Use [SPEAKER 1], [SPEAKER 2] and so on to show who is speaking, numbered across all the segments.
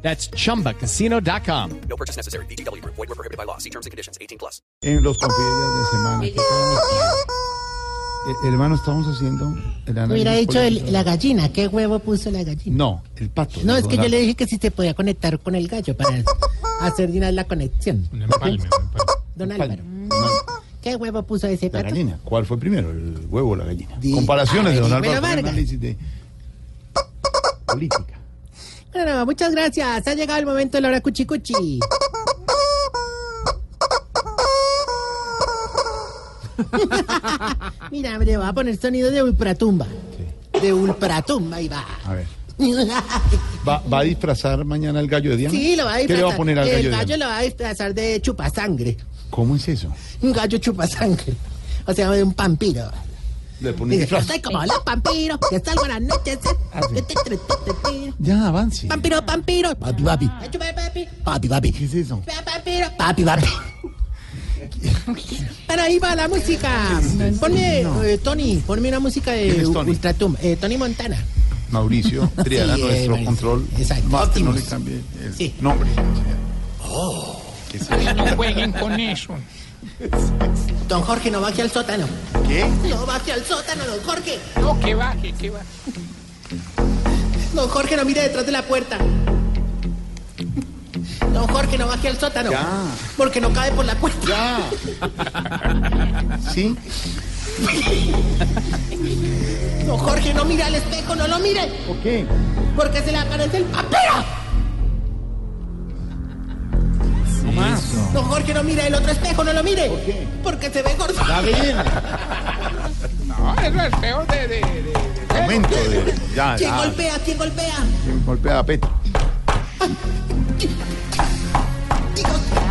[SPEAKER 1] That's chumbacasino.com.
[SPEAKER 2] No purchase necessary. BGW. Void were prohibited by law. See terms and conditions. 18 plus.
[SPEAKER 3] En los confidentes de semana. ¿qué tal, mi tía? Eh, hermano, estamos haciendo el análisis
[SPEAKER 4] Hubiera dicho
[SPEAKER 3] político.
[SPEAKER 4] el- la gallina, ¿qué huevo puso la gallina?
[SPEAKER 3] No, el pato.
[SPEAKER 4] No, es que yo
[SPEAKER 3] Donald.
[SPEAKER 4] le dije que si se podía conectar con el gallo para hacer de una vez la conexión. Don Álvaro, ¿qué huevo puso ese
[SPEAKER 3] La
[SPEAKER 4] pato?
[SPEAKER 3] gallina. ¿Cuál fue primero? ¿El huevo o la gallina?
[SPEAKER 4] Di-
[SPEAKER 3] Comparaciones
[SPEAKER 4] Ay,
[SPEAKER 3] de Don
[SPEAKER 4] dímelo,
[SPEAKER 3] Álvaro con el
[SPEAKER 4] Vargas.
[SPEAKER 3] análisis de política.
[SPEAKER 4] Bueno, muchas gracias, ha llegado el momento de la hora cuchicuchi. Mira, hombre, va a poner sonido de ultratumba. De ultratumba y va.
[SPEAKER 3] A ver. ¿Va, va a disfrazar mañana el gallo de Diana?
[SPEAKER 4] Sí, lo va a disfrazar.
[SPEAKER 3] ¿Qué le va a poner al gallo,
[SPEAKER 4] El
[SPEAKER 3] de
[SPEAKER 4] gallo
[SPEAKER 3] Diana?
[SPEAKER 4] lo va a disfrazar de chupasangre.
[SPEAKER 3] ¿Cómo es eso?
[SPEAKER 4] Un gallo chupasangre. O sea, de un vampiro.
[SPEAKER 3] Le pone
[SPEAKER 4] Dice,
[SPEAKER 3] disfraz.
[SPEAKER 4] Estoy como los vampiros, que salgo en las noches. eh.
[SPEAKER 3] Ya, avance.
[SPEAKER 4] Vampiro, vampiro. Papi, papi. Papi, papi.
[SPEAKER 3] ¿Qué es eso?
[SPEAKER 4] Vampiro. Papi, papi. Para ahí va la música. Ponme, eh, Tony, ponme una música
[SPEAKER 3] ¿Quién
[SPEAKER 4] de
[SPEAKER 3] es Tony?
[SPEAKER 4] Ultratum. Eh, Tony Montana.
[SPEAKER 3] Mauricio Triana,
[SPEAKER 4] Sí, eh,
[SPEAKER 3] nuestro
[SPEAKER 4] Mauricio.
[SPEAKER 3] control.
[SPEAKER 4] Exacto.
[SPEAKER 3] Más que no le
[SPEAKER 4] Optimus.
[SPEAKER 3] cambie el
[SPEAKER 4] Sí.
[SPEAKER 3] nombre. ¿Qué es eso?
[SPEAKER 5] No jueguen con eso.
[SPEAKER 4] Don Jorge, no baje al sótano.
[SPEAKER 3] ¿Qué?
[SPEAKER 4] No baje al sótano, don Jorge.
[SPEAKER 5] No, que baje, que baje.
[SPEAKER 4] Don Jorge, no mire detrás de la puerta. Don Jorge, no baje al sótano.
[SPEAKER 3] Ya.
[SPEAKER 4] Porque no cae por la puerta.
[SPEAKER 3] Ya. ¿Sí?
[SPEAKER 4] Don Jorge, no mire al espejo, no lo mire.
[SPEAKER 3] ¿Por qué?
[SPEAKER 4] Porque se le aparece el papero. Don Jorge, no mire el otro espejo, no lo mire.
[SPEAKER 3] qué?
[SPEAKER 4] Porque se ve gordo.
[SPEAKER 5] No, eso es peor de... de, de-
[SPEAKER 3] Momento de. Ya,
[SPEAKER 4] ¿Quién
[SPEAKER 3] ya.
[SPEAKER 4] golpea? ¿Quién golpea?
[SPEAKER 3] Golpea a Petro.
[SPEAKER 4] Digo,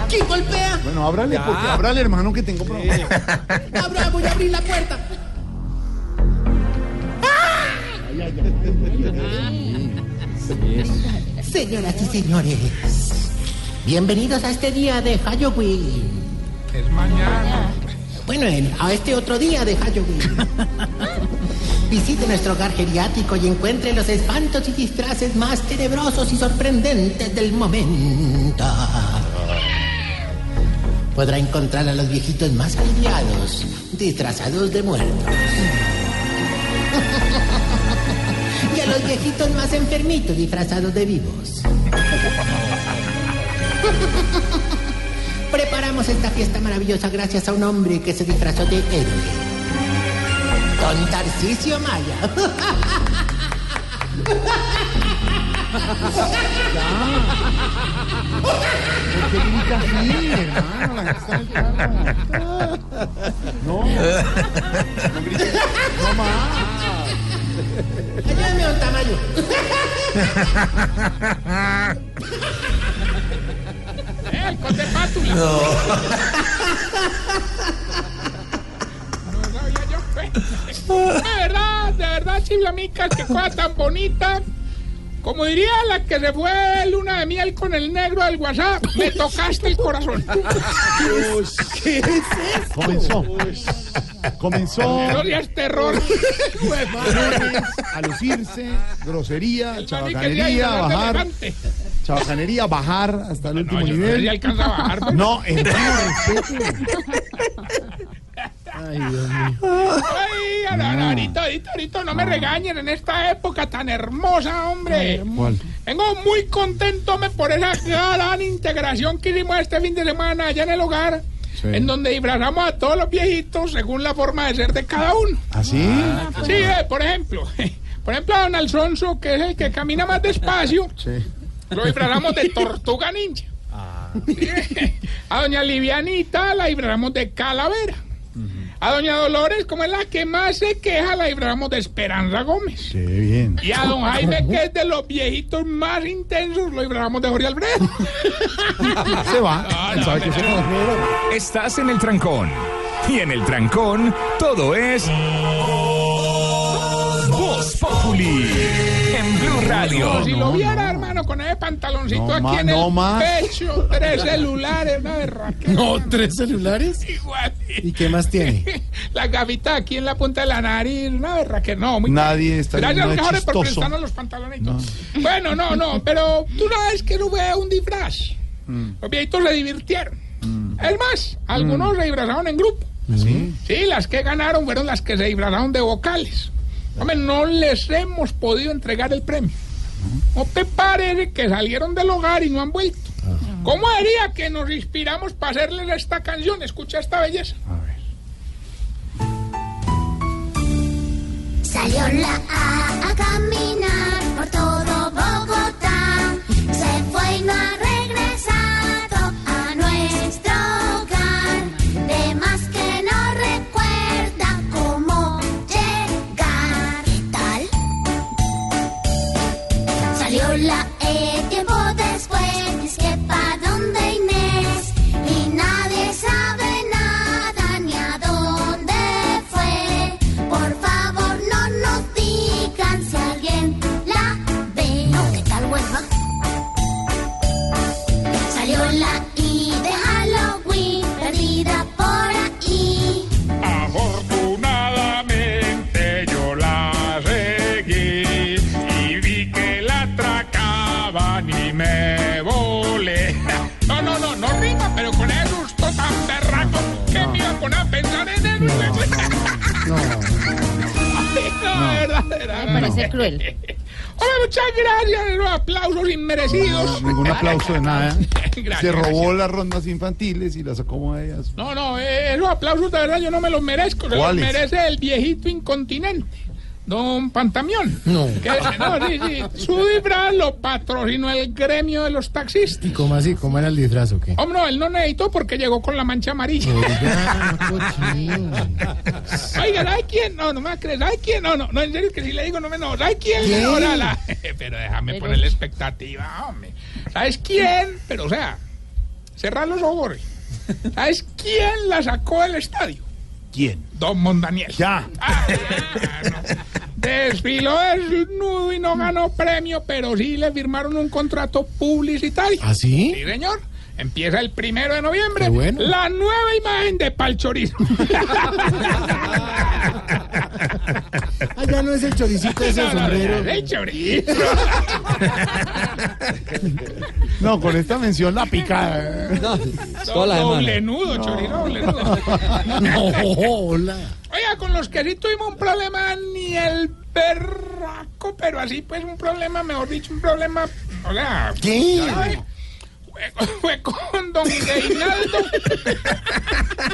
[SPEAKER 4] ¿Quién golpea?
[SPEAKER 3] Bueno, ábrale, porque ábrale, hermano, que tengo problemas.
[SPEAKER 4] Abra, voy a abrir la puerta. ¡Ah! Señoras y señores, bienvenidos a este día de Halloween.
[SPEAKER 5] de- es mañana.
[SPEAKER 4] Bueno, en- a este otro día de Halloween. Visite nuestro hogar geriátrico y encuentre los espantos y disfraces más tenebrosos y sorprendentes del momento. Podrá encontrar a los viejitos más aliviados, disfrazados de muertos. Y a los viejitos más enfermitos, disfrazados de vivos. Preparamos esta fiesta maravillosa gracias a un hombre que se disfrazó de héroe. Don Tarcisio Maya.
[SPEAKER 3] Sí, hermano, la gente está en el carro. No. No grites. No más.
[SPEAKER 4] Ayúdame, don Tamayo.
[SPEAKER 5] ¡Eh, con de pátula! No. sabía yo, pues. De verdad, de verdad, chiflamicas, qué cosa tan bonita. Como diría la que se fue de luna de miel con el negro del WhatsApp, me tocaste el corazón.
[SPEAKER 3] ¿Qué es eso? Comenzó. Comenzó
[SPEAKER 5] No es terror.
[SPEAKER 3] a lucirse, grosería,
[SPEAKER 5] Ni que sea
[SPEAKER 3] chabacanería,
[SPEAKER 5] ignorante
[SPEAKER 3] bajar,
[SPEAKER 5] elegante.
[SPEAKER 3] chabacanería, bajar hasta el último
[SPEAKER 5] No, yo no sé si
[SPEAKER 3] nivel.
[SPEAKER 5] alcanza a bajar, pues. pero-
[SPEAKER 3] No, hermano, respeto.
[SPEAKER 5] Ay, ahora, ahora, ahorita, ahorita, ahorita, no me regañen en esta época tan hermosa, hombre.
[SPEAKER 3] ¿Cuál?
[SPEAKER 5] Vengo muy contento hombre, por esa gran integración que hicimos este fin de semana allá en el hogar,
[SPEAKER 3] Sí.
[SPEAKER 5] en donde disfrazamos a todos los viejitos según la forma de ser de cada uno.
[SPEAKER 3] ¿Así?
[SPEAKER 5] Sí, eh, por ejemplo, por ejemplo, a don Alfonso, que es el que camina más despacio,
[SPEAKER 3] Sí.
[SPEAKER 5] lo disfrazamos de tortuga ninja.
[SPEAKER 3] Ah.
[SPEAKER 5] Sí, A doña Livianita la disfrazamos de calavera. A doña Dolores, como es la que más se queja, la libramos de Esperanza Gómez.
[SPEAKER 3] Qué bien.
[SPEAKER 5] Y a don Jaime, que es de los viejitos más intensos, lo libramos de Jorge Alfredo.
[SPEAKER 3] Se va. Él sabe que se va.
[SPEAKER 6] Estás en el trancón. Y en el trancón, todo es. Voz Populi. En Blue Radio.
[SPEAKER 5] Como si lo viera, hermano, con ese pantaloncito
[SPEAKER 3] No
[SPEAKER 5] aquí
[SPEAKER 3] más,
[SPEAKER 5] en
[SPEAKER 3] no
[SPEAKER 5] el
[SPEAKER 3] más.
[SPEAKER 5] pecho, tres celulares, una berraquera.
[SPEAKER 3] No, tres celulares.
[SPEAKER 5] Igual.
[SPEAKER 3] ¿Y qué más tiene?
[SPEAKER 5] La gavita aquí en la punta de la nariz, una berraquera. No, muy
[SPEAKER 3] Nadie está
[SPEAKER 5] Gracias,
[SPEAKER 3] no es
[SPEAKER 5] mejores, por
[SPEAKER 3] chistoso.
[SPEAKER 5] prestarnos los pantalonitos. Bueno, no, no, pero tú sabes que no fue un disfraz.
[SPEAKER 3] Mm.
[SPEAKER 5] Los viejitos se divirtieron. Es más, algunos se disfrazaron en grupo.
[SPEAKER 3] Mm. Sí.
[SPEAKER 5] Sí, las que ganaron fueron las que se disfrazaron de vocales. Hombre, no les hemos podido entregar el premio. No te parece que salieron del hogar y no han vuelto.
[SPEAKER 3] Ah.
[SPEAKER 5] ¿Cómo haría que nos inspiramos para hacerles esta canción? Escucha esta belleza.
[SPEAKER 3] A ver.
[SPEAKER 7] Salió la A a caminar por todo Bogotá. Se fue y no ha regresado a nuestro hogar. De más que no recuerda cómo llegar. ¿Qué tal? Salió la E tiempo después, es que pa' dónde Inés y nadie sabe nada ni a dónde fue. Por favor no nos digan si alguien la ve. No, ¿qué tal hueva? Salió la I de Halloween, perdida por ahí.
[SPEAKER 5] Afortunadamente yo la seguí y vi que la atracaban y me volé. No, no, no, no rima, pero con el gusto tan berraco que me iba a poner a pensar en él.
[SPEAKER 3] No,
[SPEAKER 5] No, de verdad, de verdad.
[SPEAKER 8] Parece cruel.
[SPEAKER 5] Hombre, muchas gracias, los aplausos inmerecidos.
[SPEAKER 3] ningún aplauso de nada. ¿eh?
[SPEAKER 5] Gracias,
[SPEAKER 3] Se robó las rondas infantiles y las sacó a ellas.
[SPEAKER 5] No, no, eh, esos aplausos de verdad yo no me los merezco. Se los
[SPEAKER 3] ¿Cuáles?
[SPEAKER 5] merece el viejito incontinente, don Pantamión.
[SPEAKER 9] No.
[SPEAKER 5] Que, no, sí, sí, su disfraz lo patrocinó el gremio de los taxistas.
[SPEAKER 9] ¿Y cómo así? ¿Cómo era el disfraz o qué?
[SPEAKER 5] Hombre, no, él no necesitó porque llegó con la mancha amarilla.
[SPEAKER 9] Oiga, cochino.
[SPEAKER 5] Oiga, ¿sabes quién? No, no me crees. ¿Sabes quién? No, no, no, en serio, que si le digo no me no. ¿Sabes quién? le ora la- Pero déjame
[SPEAKER 8] Pero-
[SPEAKER 5] ponerle expectativa, hombre. ¿Sabes quién? Pero, o sea, cerrar los ojos. ¿Sabes quién la sacó del estadio?
[SPEAKER 3] ¿Quién?
[SPEAKER 5] Don Mondaniel.
[SPEAKER 3] Ya.
[SPEAKER 5] Ah, no. Desfiló desnudo y no ganó premio, pero sí le firmaron un contrato publicitario.
[SPEAKER 9] ¿Ah, sí?
[SPEAKER 5] Sí, señor. Empieza el primero de noviembre.
[SPEAKER 9] Qué bueno.
[SPEAKER 5] La nueva imagen de Palchorizo.
[SPEAKER 9] Ah, ya no es el choricito, es el
[SPEAKER 5] No, no,
[SPEAKER 9] sombrero.
[SPEAKER 5] no, el chorizo.
[SPEAKER 3] No, con esta mención la picada.
[SPEAKER 5] Doble nudo, chorizo, doble nudo.
[SPEAKER 9] No, hola.
[SPEAKER 5] Oiga, con los que sí tuvimos un problema, ni el berraco, pero así pues un problema, mejor dicho, un problema. O sea,
[SPEAKER 9] ¿Qué?
[SPEAKER 5] Ay, fue- Fue con don Gainaldo.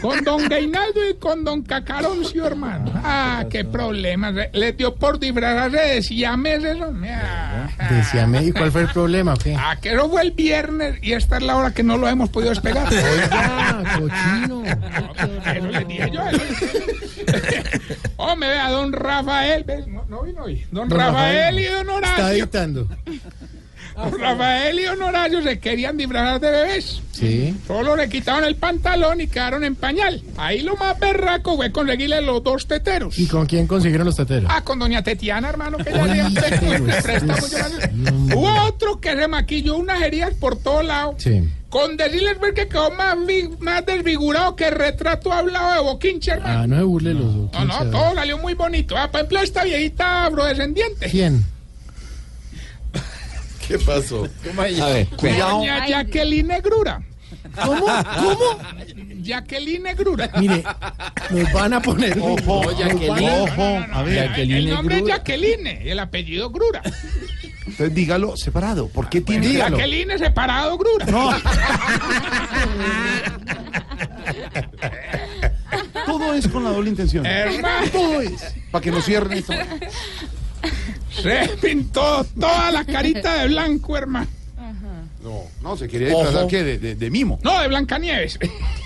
[SPEAKER 5] con don Gainaldo y con don Cacaroncio, hermano. Ah, qué problema. Le- Le dio por disfrazarse de siames eso. mira.
[SPEAKER 9] Decíame, ¿y cuál fue el problema o qué?
[SPEAKER 5] Ah, que eso fue el viernes y esta es la hora que no lo hemos podido despegar.
[SPEAKER 9] Oiga, cochino.
[SPEAKER 5] Eso le dije yo, eso le- Hombre, vea, don Rafael. ¿ves? No, no vino hoy. Don,
[SPEAKER 9] Don
[SPEAKER 5] Rafael,
[SPEAKER 9] Rafael.
[SPEAKER 5] y don
[SPEAKER 9] Está
[SPEAKER 5] Horacio.
[SPEAKER 9] editando.
[SPEAKER 5] Don Rafael y don Horacio se querían disfrazar de bebés.
[SPEAKER 9] Sí.
[SPEAKER 5] Solo le quitaron el pantalón y quedaron en pañal. Ahí lo más berraco fue conseguirle los dos teteros.
[SPEAKER 9] ¿Y con quién consiguieron los tateros?
[SPEAKER 5] Ah, con doña Tetiana, hermano, que ya le
[SPEAKER 9] Dios,
[SPEAKER 5] prestamos
[SPEAKER 9] Dios.
[SPEAKER 5] Hubo otro que se maquilló unas heridas por todos lados.
[SPEAKER 9] Sí.
[SPEAKER 5] Con decirles ver que quedó más, vi- más desfigurado que el retrato hablado de Boquinche, hermano.
[SPEAKER 9] Ah, no se burle los dos.
[SPEAKER 5] No, no, todo salió muy bonito. Ah, por ejemplo, esta viejita afrodescendiente.
[SPEAKER 9] ¿Quién?
[SPEAKER 3] ¿Qué pasó?
[SPEAKER 9] A ver,
[SPEAKER 3] Cuidado.
[SPEAKER 5] Doña Jacqueline Negrura.
[SPEAKER 9] ¿Cómo? ¿Cómo?
[SPEAKER 5] Jacqueline Negrura.
[SPEAKER 9] Mire, nos van a poner.
[SPEAKER 3] Ojo,
[SPEAKER 9] nos van a-
[SPEAKER 3] ojo. A ver,
[SPEAKER 5] El nombre es Jacqueline y el apellido Grura.
[SPEAKER 3] entonces dígalo separado. ¿Por qué tiene dígalo?
[SPEAKER 5] Jacqueline separado Grura.
[SPEAKER 3] No. Todo es con la doble intención.
[SPEAKER 5] Hermano,
[SPEAKER 3] Todo es. Para que no cierren esto.
[SPEAKER 5] se pintó toda la carita de blanco, hermano.
[SPEAKER 3] No, se quería disfrazar que de, de- de mimo.
[SPEAKER 5] No, de Blancanieves.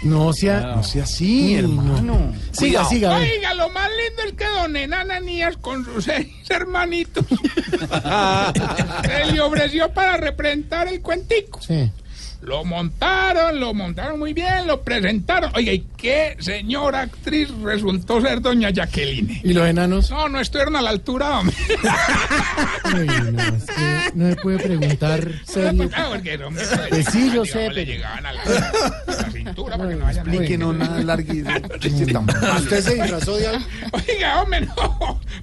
[SPEAKER 9] No sea,
[SPEAKER 3] No sea así, hermano.
[SPEAKER 9] Siga, siga. a ver.
[SPEAKER 5] Oiga, lo más lindo es que don Enananías con sus seis hermanitos se le ofreció para representar el cuentico.
[SPEAKER 9] Sí.
[SPEAKER 5] Lo montaron, lo montaron muy bien, lo presentaron. Oiga, ¿y qué señora actriz resultó ser doña Jacqueline?
[SPEAKER 9] ¿Y los enanos?
[SPEAKER 5] No, no estuvieron a la altura, hombre.
[SPEAKER 9] Ay, no, es que no me puede preguntar serio.
[SPEAKER 5] Ah, porque, hombre,
[SPEAKER 9] Pues sí, yo
[SPEAKER 5] digamos,
[SPEAKER 9] sé,
[SPEAKER 5] Le
[SPEAKER 9] pero-
[SPEAKER 5] llegaban a la, a la cintura para que no vayan a-
[SPEAKER 3] Que no nada larguito. Usted se disfrazó de algo.
[SPEAKER 5] Oiga, hombre, no.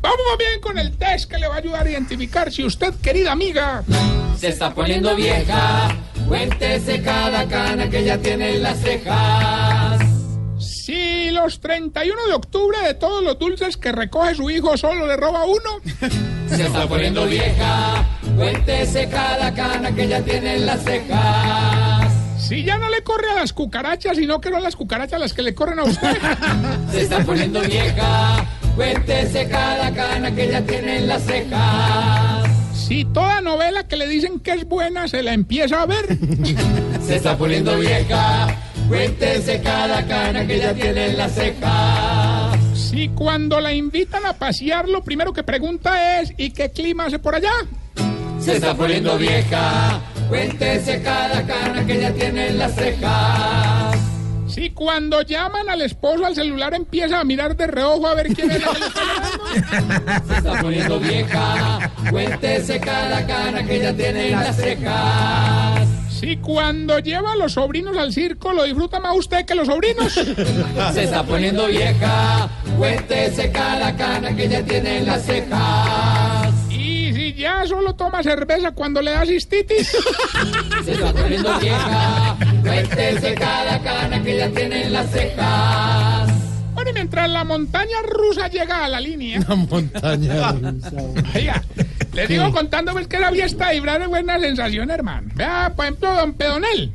[SPEAKER 5] Vamos bien con el test que le va a ayudar a identificar si usted, querida amiga,
[SPEAKER 8] Se está poniendo vieja, cuéntese cada cana que ya tiene en las cejas.
[SPEAKER 5] si los 31 de octubre de todos los dulces que recoge su hijo solo le roba uno,
[SPEAKER 8] Se está poniendo vieja, cuéntese cada cana que ya tiene en las cejas.
[SPEAKER 5] si ya no le corre a las cucarachas, sino que son las cucarachas las que le corren a usted.
[SPEAKER 8] Se está poniendo vieja, cuéntese cada cana que ya tiene en las cejas.
[SPEAKER 5] Si toda novela que le dicen que es buena se la empieza a ver.
[SPEAKER 8] Se está poniendo vieja, cuéntese cada cana que ya tiene en las cejas.
[SPEAKER 5] Si cuando la invitan a pasear lo primero que pregunta es ¿y qué clima hace por allá?
[SPEAKER 8] Se está poniendo vieja, cuéntese cada cana que ya tiene en las cejas.
[SPEAKER 5] Si cuando llaman al esposo al celular empieza a mirar de reojo a ver quién es la que le está llamando.
[SPEAKER 8] Se está poniendo vieja, cuéntese cada cana que ya tiene en las cejas.
[SPEAKER 5] Si cuando lleva a los sobrinos al circo lo disfruta más usted que los sobrinos.
[SPEAKER 8] Se está poniendo vieja, cuéntese cada cana que ya tiene en las cejas.
[SPEAKER 5] Y si ya solo toma cerveza cuando le da cistitis.
[SPEAKER 8] Se está poniendo vieja, cuéntese cada cana que ya tiene en las cejas.
[SPEAKER 5] Bueno, y mientras la montaña rusa llega a la línea.
[SPEAKER 9] La montaña rusa.
[SPEAKER 5] Oiga, les digo contándoles que la fiesta de Ibrar es buena sensación, hermano. Vea, por ejemplo, don Pedonel.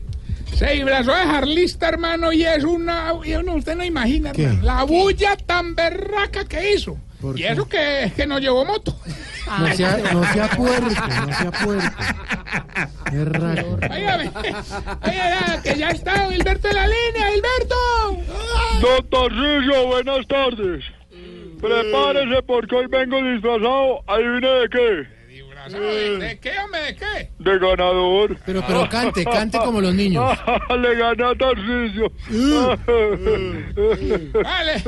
[SPEAKER 5] Se disfrazó de jarlista, hermano, y es una... y uno- usted no imagina,
[SPEAKER 9] ¿Qué?
[SPEAKER 5] hermano, la bulla tan berraca que hizo.
[SPEAKER 9] ¿Por
[SPEAKER 5] Y
[SPEAKER 9] qué?
[SPEAKER 5] eso que, que no llevó moto.
[SPEAKER 9] No sea, no sea puerco, no sea puerco. Es raro.
[SPEAKER 5] Oiga, ve- oiga, que ya está Gilberto en la línea, Gilberto.
[SPEAKER 10] Doctorcillo, buenas tardes.
[SPEAKER 3] Mm.
[SPEAKER 10] Prepárese porque hoy vengo disfrazado, adivine de qué,
[SPEAKER 5] ¿De, de qué, hombre, de qué?
[SPEAKER 10] de ganador.
[SPEAKER 9] Pero, pero cante, cante como los niños.
[SPEAKER 10] Le gané a Tarcisio.
[SPEAKER 5] Vale.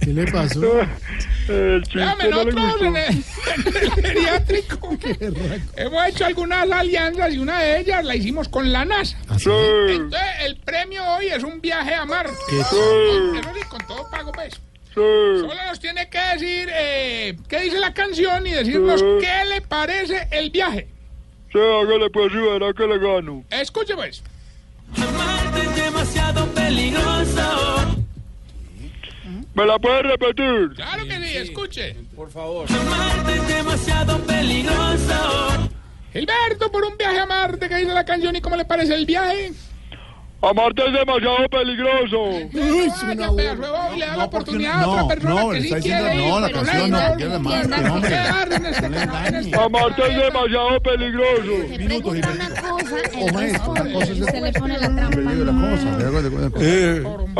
[SPEAKER 9] ¿Qué le pasó?
[SPEAKER 10] El
[SPEAKER 5] Veame,
[SPEAKER 10] chiste no le
[SPEAKER 5] nosotros
[SPEAKER 10] gustó.
[SPEAKER 5] en el, en el geriátrico hemos hecho algunas alianzas y una de ellas la hicimos con la NASA.
[SPEAKER 10] ¿Ah, Sí,
[SPEAKER 5] Entonces, el premio hoy es un viaje a Marte. Con, eso sí, con todo pago, pues.
[SPEAKER 10] sí.
[SPEAKER 5] Solo nos tiene que decir eh, qué dice la canción y decirnos qué le parece el viaje.
[SPEAKER 10] Sí, hágale pues y verá que le gano.
[SPEAKER 5] Escuche, pues.
[SPEAKER 10] ¿Me la puede repetir?
[SPEAKER 5] Claro que sí, escuche.
[SPEAKER 8] demasiado peligroso.
[SPEAKER 5] Gilberto, por un viaje a Marte, ¿qué dice la canción y cómo le parece el viaje?
[SPEAKER 10] Amarte es demasiado peligroso.
[SPEAKER 9] Uy,
[SPEAKER 5] Vaya,
[SPEAKER 9] suena
[SPEAKER 5] pedazo de
[SPEAKER 9] bueno.
[SPEAKER 5] bobo, y le
[SPEAKER 3] no,
[SPEAKER 5] da la
[SPEAKER 3] porque
[SPEAKER 5] oportunidad a
[SPEAKER 3] no,
[SPEAKER 5] otra persona
[SPEAKER 3] no,
[SPEAKER 5] que
[SPEAKER 3] le
[SPEAKER 5] sí
[SPEAKER 3] está diciendo,
[SPEAKER 5] quiere
[SPEAKER 3] no,
[SPEAKER 5] ir,
[SPEAKER 3] la
[SPEAKER 5] pero
[SPEAKER 3] canción
[SPEAKER 5] no,
[SPEAKER 3] no,
[SPEAKER 5] no,
[SPEAKER 3] que era
[SPEAKER 5] no,
[SPEAKER 3] Marte,
[SPEAKER 5] no, no,
[SPEAKER 3] hombre.
[SPEAKER 5] quedarse en este canal, en este
[SPEAKER 10] Amarte es
[SPEAKER 5] planeta.
[SPEAKER 10] demasiado peligroso.
[SPEAKER 3] Minutos,
[SPEAKER 7] Pregunta una cosa, el responde
[SPEAKER 3] cosa
[SPEAKER 7] y se le pone la trampa.
[SPEAKER 3] Yo la cosa, luego le cuento.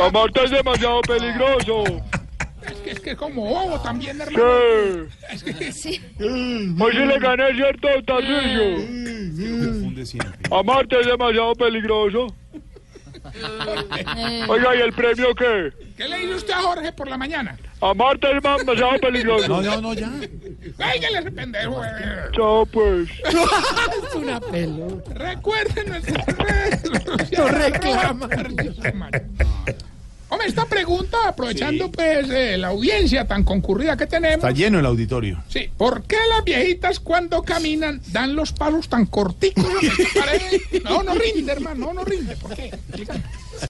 [SPEAKER 10] Amarte es demasiado peligroso.
[SPEAKER 5] Es que- Es que es como bobo también, hermano.
[SPEAKER 10] Sí.
[SPEAKER 7] Sí.
[SPEAKER 10] Hoy sí le gané, ¿cierto, Tarcisio?
[SPEAKER 5] Mm.
[SPEAKER 10] Amarte es demasiado peligroso. Oiga, ¿y el premio qué?
[SPEAKER 5] ¿Qué le dice usted a Jorge por la mañana?
[SPEAKER 10] Amarte es demasiado
[SPEAKER 3] No,
[SPEAKER 10] peligroso.
[SPEAKER 3] no, no, ya.
[SPEAKER 5] ¡Váigale ese pendejo! eh.
[SPEAKER 10] Chao, pues.
[SPEAKER 9] Una pelota.
[SPEAKER 5] Recuerden nuestras redes sociales.
[SPEAKER 9] reclama.
[SPEAKER 5] Hombre, esta pregunta, aprovechando pues eh, la audiencia tan concurrida que tenemos.
[SPEAKER 3] Está lleno el auditorio.
[SPEAKER 5] Sí, ¿por qué las viejitas cuando caminan dan los pasos tan corticos? Parece- No, no rinde, hermano, no, no rinde. ¿Por qué? Explícame.